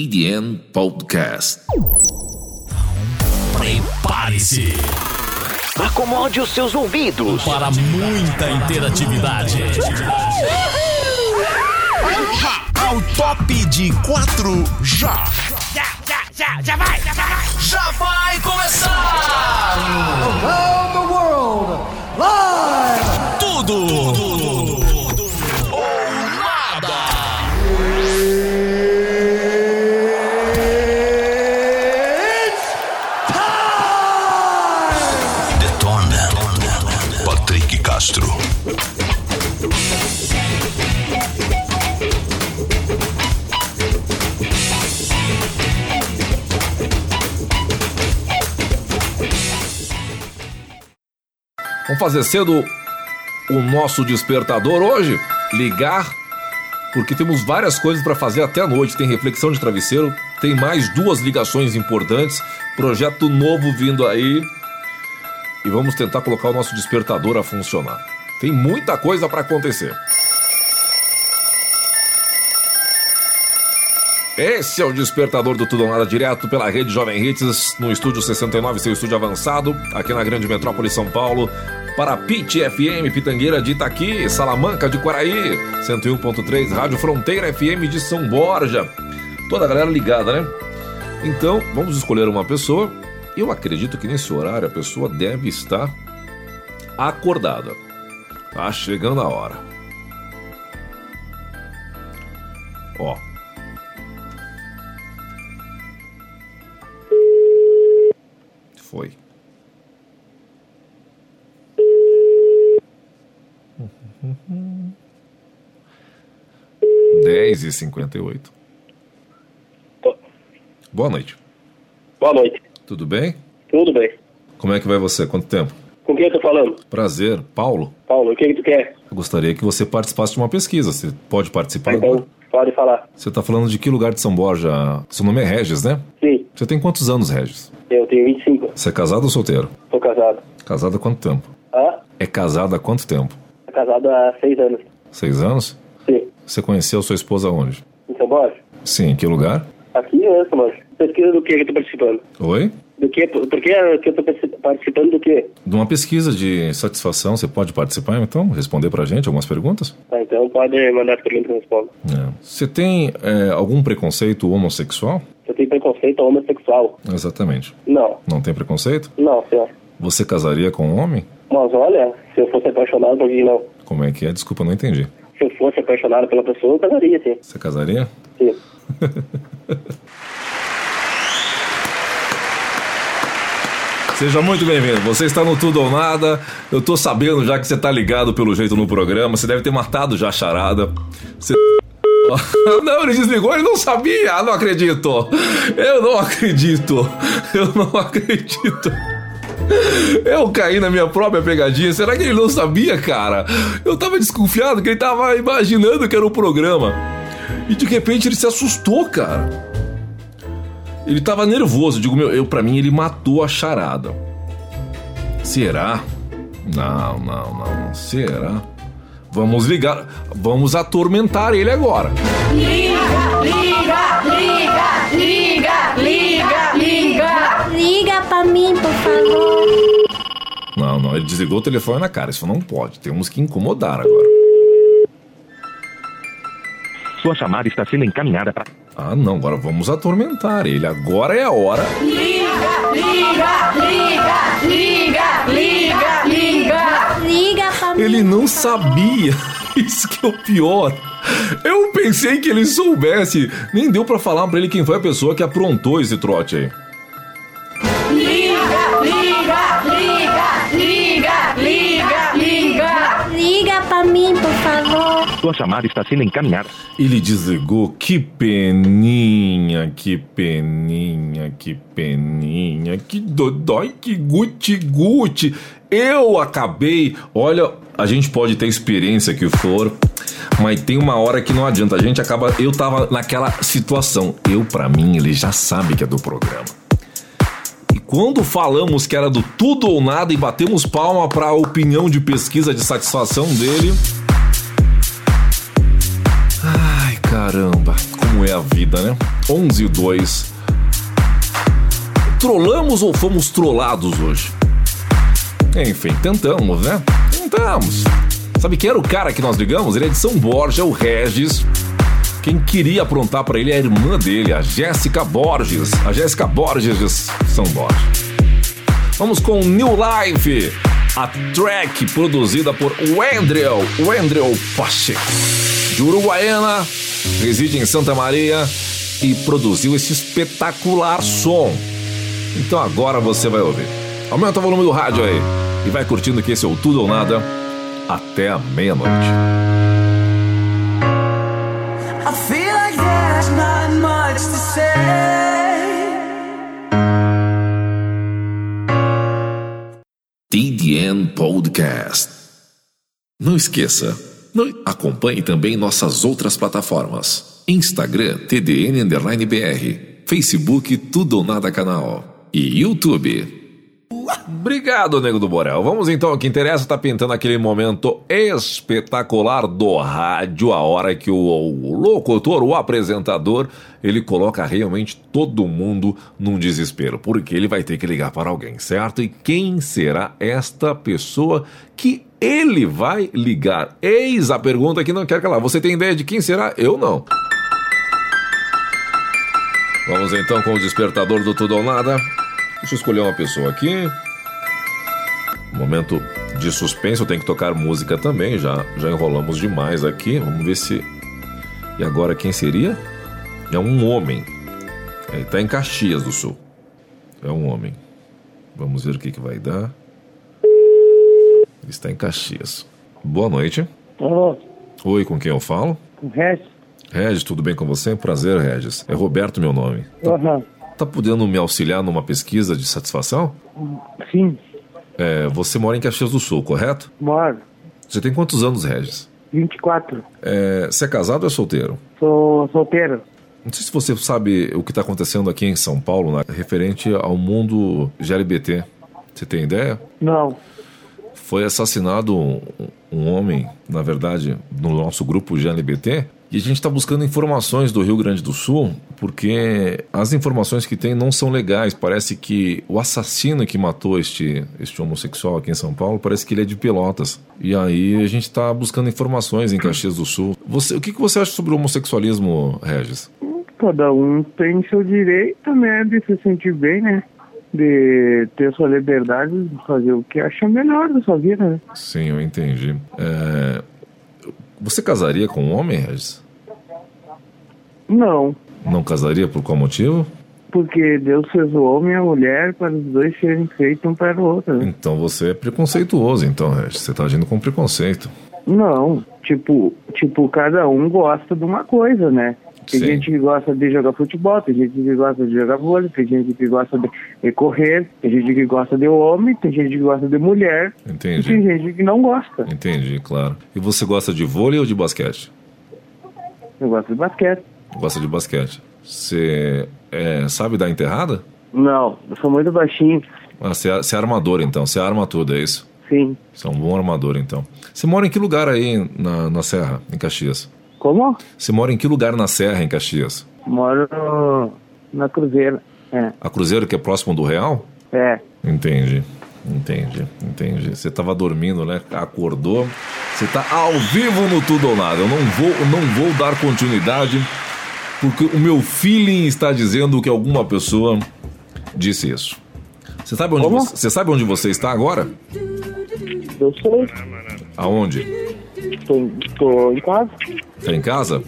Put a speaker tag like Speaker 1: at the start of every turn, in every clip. Speaker 1: TDN Podcast.
Speaker 2: Prepare-se
Speaker 3: Acomode os seus ouvidos.
Speaker 2: para muita interatividade. Ao top de quatro já. Já, já, já, já vai, já vai. Já vai começar. Around the world, live. Tudo. ou nada. Detona. Patrick Castro.
Speaker 1: Vamos fazer cedo o nosso despertador hoje? Ligar, porque temos várias coisas para fazer até a noite. Tem reflexão de travesseiro, tem mais duas ligações importantes, projeto novo vindo aí. E vamos tentar colocar o nosso despertador a funcionar. Tem muita coisa para acontecer. Esse é o Despertador do Tudo ou Nada, direto pela Rede Jovem Hits, no Estúdio 69, seu estúdio avançado, aqui na grande metrópole São Paulo, para Pit FM, Pitangueira de Itaqui, Salamanca de Quaraí, 101.3, Rádio Fronteira FM de São Borja. Toda a galera ligada, né? Então, vamos escolher uma pessoa. Eu acredito que nesse horário a pessoa deve estar acordada. Tá chegando a hora. Ó, Foi. Dez e cinquenta e oito. Boa noite.
Speaker 4: Boa noite.
Speaker 1: Tudo bem?
Speaker 4: Tudo bem?
Speaker 1: Como é que vai você? Quanto tempo?
Speaker 4: Com quem eu tô falando?
Speaker 1: Prazer, Paulo.
Speaker 4: Paulo, o que que tu quer?
Speaker 1: Eu gostaria que você participasse de uma pesquisa. Você pode participar agora?
Speaker 4: Então, pode falar.
Speaker 1: Você está falando de que lugar de São Borja? Seu nome é Regis, né?
Speaker 4: Sim,
Speaker 1: Você tem quantos anos, Regis?
Speaker 4: eu tenho 25,
Speaker 1: Você é casado ou solteiro?
Speaker 4: tô casado.
Speaker 1: Casado há quanto tempo?
Speaker 4: Hã?
Speaker 1: É casado há quanto tempo?
Speaker 4: Tô casado há seis anos.
Speaker 1: Seis anos?
Speaker 4: Sim,
Speaker 1: Você conheceu sua esposa onde?
Speaker 4: em São Borja?
Speaker 1: Sim, em que lugar?
Speaker 4: Aqui mesmo, mano. Pesquisa do que que eu tô participando?
Speaker 1: Oi?
Speaker 4: Do que? Por que é que eu tô partici- participando do que?
Speaker 1: De uma pesquisa de satisfação, você pode participar então? Responder pra gente algumas perguntas?
Speaker 4: Tá, então pode mandar pergunta e respondo.
Speaker 1: É. Você tem é, algum preconceito homossexual?
Speaker 4: Eu tenho preconceito homossexual?
Speaker 1: Exatamente.
Speaker 4: Não,
Speaker 1: Não tem preconceito?
Speaker 4: não, senhor.
Speaker 1: Você casaria com um homem?
Speaker 4: Mas olha, se eu fosse apaixonado, por que não?
Speaker 1: Como é que é? Desculpa, eu não entendi.
Speaker 4: Se eu fosse apaixonado pela pessoa, eu casaria, sim.
Speaker 1: Você casaria?
Speaker 4: sim.
Speaker 1: Seja muito bem-vindo. Você está no Tudo ou Nada. Eu tô sabendo já que você tá ligado pelo jeito no programa. Você deve ter matado já a charada. Você... Não, ele desligou, ele não sabia. Ah, não acredito. Eu não acredito. Eu não acredito. Eu caí na minha própria pegadinha. Será que ele não sabia, cara? Eu tava desconfiado que ele tava imaginando que era o programa. E de repente ele se assustou, cara. Ele tava nervoso, digo, meu, eu para mim ele matou a charada. Será? Não, não, não, não. Será? Vamos ligar, vamos atormentar ele agora.
Speaker 5: Liga, liga, liga, liga, liga.
Speaker 6: Liga pra mim, por favor.
Speaker 1: Não, não, ele desligou o telefone na cara. Isso não pode. Temos que incomodar agora.
Speaker 3: Sua chamada está sendo encaminhada para.
Speaker 1: Ah, não, agora vamos atormentar ele. Agora é a hora.
Speaker 5: Liga, liga, liga, liga, liga, liga.
Speaker 6: Liga pra mim.
Speaker 1: Ele não sabia. Isso que é o pior. Eu pensei que ele soubesse. Nem deu pra falar pra ele quem foi a pessoa que aprontou esse trote aí.
Speaker 5: Liga, liga, liga, liga, liga, liga.
Speaker 6: Liga pra mim, por favor.
Speaker 3: Sua chamada está sendo encaminhada.
Speaker 1: Ele desligou. Que peninha, que peninha, que peninha, que dodói, que guti-guti. Eu acabei. Olha, a gente pode ter experiência que for, mas tem uma hora que não adianta. A gente acaba. Eu tava naquela situação. Eu, pra mim, ele já sabe que é do programa. E quando falamos que era do tudo ou nada e batemos palma pra opinião de pesquisa de satisfação dele. Ai, caramba, como como é a vida, né? 11 e 2. Trollamos ou fomos trollados hoje? Enfim, tentamos, né? Tentamos. Sabe quem era o cara que nós ligamos? Ele é de São Borja, o Regis. Quem queria aprontar pra ele é a irmã dele, a Jéssica Borges. A Jéssica Borges de São Borja. Vamos com New Life, a track produzida por Wendrel, Wendrel Pacheco, de Uruguaiana, reside em Santa Maria e produziu esse espetacular som. Então agora você vai ouvir. Aumenta o volume do rádio aí e vai curtindo que esse é o Tudo ou Nada até a meia-noite.
Speaker 7: I feel like there's not much to say.
Speaker 1: TDN Podcast. Não esqueça, não- acompanhe também nossas outras plataformas: Instagram TDN underline BR, Facebook Tudo ou Nada Canal e YouTube. Obrigado, nego do Borel. Vamos então ao que interessa. Tá pintando aquele momento espetacular do rádio, a hora que o, o locutor, o apresentador, ele coloca realmente todo mundo num desespero, porque ele vai ter que ligar para alguém, certo? E quem será esta pessoa que ele vai ligar? Eis a pergunta que não quer calar. Você tem ideia de quem será? Eu não. Vamos então com o despertador do Tudo ou Nada. Deixa eu escolher uma pessoa aqui. Momento de suspense, eu tenho que tocar música também, já, já enrolamos demais aqui. Vamos ver se. E agora quem seria? É um homem. Ele tá em Caxias do Sul. É um homem. Vamos ver o que, que vai dar. Ele está em Caxias. Boa noite.
Speaker 8: Alô,
Speaker 1: Oi, com quem eu falo?
Speaker 8: o resto?
Speaker 1: Regis, tudo bem com você? Prazer, Regis. É Roberto meu nome.
Speaker 8: Aham,
Speaker 1: Tá podendo me auxiliar numa pesquisa de satisfação?
Speaker 8: sim,
Speaker 1: É, você mora em Caxias do Sul, correto?
Speaker 8: moro.
Speaker 1: Você tem quantos anos, Regis?
Speaker 8: 24.
Speaker 1: É, você é casado ou é solteiro?
Speaker 8: Sou solteiro.
Speaker 1: Não sei se você sabe o que está acontecendo aqui em São Paulo, né, referente ao mundo GLBT. Você tem ideia?
Speaker 8: Não.
Speaker 1: Foi assassinado um, um homem, na verdade, no nosso grupo GLBT. E a gente está buscando informações do Rio Grande do Sul, porque as informações que tem não são legais. Parece que o assassino que matou este, este homossexual aqui em São Paulo, parece que ele é de Pelotas. E aí a gente está buscando informações em Caxias do Sul. Você, o que, que você acha sobre o homossexualismo, Regis?
Speaker 8: Cada um tem seu direito, né, de se sentir bem, né? De ter sua liberdade, de fazer o que acha melhor da sua vida, né?
Speaker 1: Sim, eu entendi. É, Você casaria com um homem, Regis?
Speaker 8: Não,
Speaker 1: Não casaria por qual motivo?
Speaker 8: porque Deus fez o homem e a mulher para os dois serem feitos um para o outro, né?
Speaker 1: Então você é preconceituoso, então, Regis. Você tá agindo com preconceito.
Speaker 8: Não, tipo, tipo, cada um gosta de uma coisa, né? Tem
Speaker 1: Sim.
Speaker 8: gente que gosta de jogar futebol, tem gente que gosta de jogar vôlei, tem gente que gosta de- de correr, tem gente que gosta de homem, tem gente que gosta de mulher, e tem
Speaker 1: Entendi.
Speaker 8: gente que não gosta.
Speaker 1: Entendi, claro. E você gosta de vôlei ou de basquete?
Speaker 8: Eu gosto de basquete.
Speaker 1: Gosta de basquete. Você é, sabe dar enterrada?
Speaker 8: Não, eu sou muito baixinho,
Speaker 1: Ah, você é, você é armador, então. Você arma tudo, é isso?
Speaker 8: sim.
Speaker 1: Você é um bom armador, então. Você mora em que lugar aí na, na Serra, em Caxias?
Speaker 8: Como?
Speaker 1: Você mora em que lugar na Serra, em Caxias?
Speaker 8: Moro na Cruzeira. É,
Speaker 1: A Cruzeiro, que é próximo do Real?
Speaker 8: é.
Speaker 1: Entendi, entendi, entendi. Você tava dormindo, né? Acordou. Você tá ao vivo no Tudo ou Nada. Eu não vou, eu não vou dar continuidade porque o meu feeling está dizendo que alguma pessoa disse isso. Você sabe onde
Speaker 8: Como?
Speaker 1: você, você sabe onde você está agora?
Speaker 8: Eu sei,
Speaker 1: Aonde?
Speaker 8: tô, tô em casa.
Speaker 1: Tá em casa?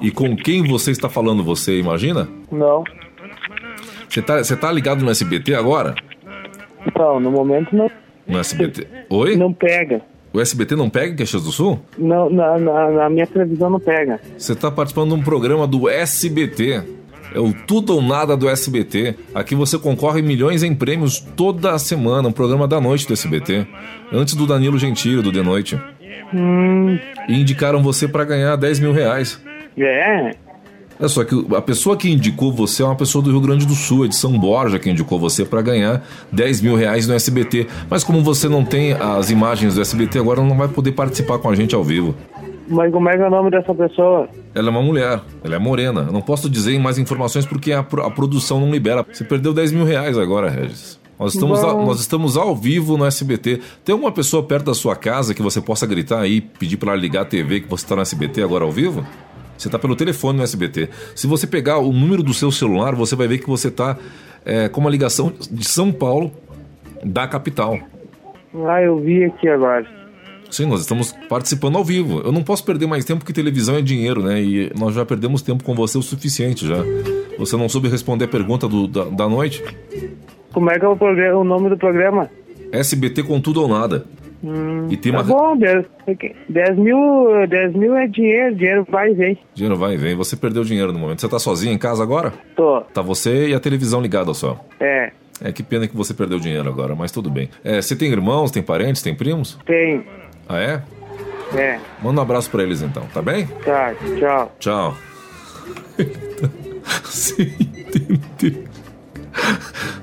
Speaker 1: E com quem você está falando? Você imagina?
Speaker 8: Não,
Speaker 1: Você tá, você tá ligado no SBT agora?
Speaker 8: não, Então, no momento não,
Speaker 1: No SBT? Oi?
Speaker 8: não pega.
Speaker 1: O SBT não pega em Caxias do Sul?
Speaker 8: Não, na, na, na minha televisão não pega.
Speaker 1: Você está participando de um programa do SBT. É o Tudo ou Nada do SBT. Aqui você concorre milhões em prêmios toda semana. Um programa da noite do SBT. Antes do Danilo Gentili, do De Noite. E indicaram você para ganhar 10 mil reais.
Speaker 8: É,
Speaker 1: É só que a pessoa que indicou você é uma pessoa do Rio Grande do Sul, é de São Borja, que indicou você para ganhar 10 mil reais no SBT. Mas como você não tem as imagens do SBT, agora não vai poder participar com a gente ao vivo.
Speaker 8: Mas como é que é o nome dessa pessoa?
Speaker 1: Ela é uma mulher, ela é morena. Eu não posso dizer mais informações porque a, pro- a produção não libera. Você perdeu 10 mil reais agora, Regis. Nós estamos, a- nós estamos ao vivo no SBT. Tem alguma pessoa perto da sua casa que você possa gritar aí, pedir pra ela ligar a TV que você tá no SBT agora ao vivo? Você tá pelo telefone no SBT. Se você pegar o número do seu celular, você vai ver que você tá é, com uma ligação de São Paulo da capital.
Speaker 8: Ah, eu vi aqui agora.
Speaker 1: Sim, nós estamos participando ao vivo. Eu não posso perder mais tempo porque televisão é dinheiro, né? E nós já perdemos tempo com você o suficiente já. Você não soube responder a pergunta do- da, da noite?
Speaker 8: Como é que é o, programa, o nome do programa?
Speaker 1: SBT com tudo ou nada. e tem
Speaker 8: Tá
Speaker 1: uma.
Speaker 8: bom, 10, mil, 10 mil é dinheiro, dinheiro vai e vem.
Speaker 1: Dinheiro vai e vem. Você perdeu dinheiro no momento. Você tá sozinho em casa agora?
Speaker 8: Tô,
Speaker 1: Tá você e a televisão ligada só.
Speaker 8: é,
Speaker 1: É que pena que você perdeu dinheiro agora, mas tudo bem. É, você tem irmãos, tem parentes, tem primos?
Speaker 8: tem,
Speaker 1: Ah, é?
Speaker 8: é,
Speaker 1: Manda um abraço pra eles então, tá bem?
Speaker 8: tá, tchau.
Speaker 1: Tchau. Sem entender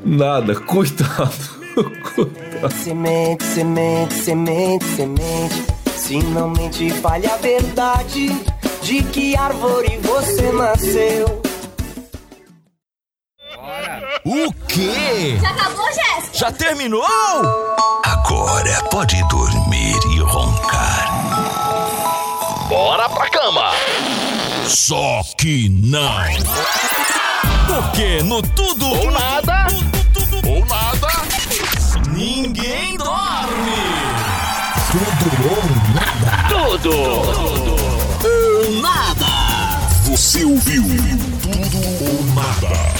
Speaker 1: nada, coitado. Coitado.
Speaker 9: Semente, semente, semente, semente. Se não mente, fale a verdade. De que árvore você nasceu?
Speaker 2: O quê?
Speaker 5: Acabou, Jéssica?
Speaker 2: Já terminou? Agora pode dormir e roncar. Bora pra cama! Só que não! Porque no tudo ou nada, ou nada, ninguém dorme! Tudo ou nada! Tudo! Ou nada! Você ouviu tudo ou nada?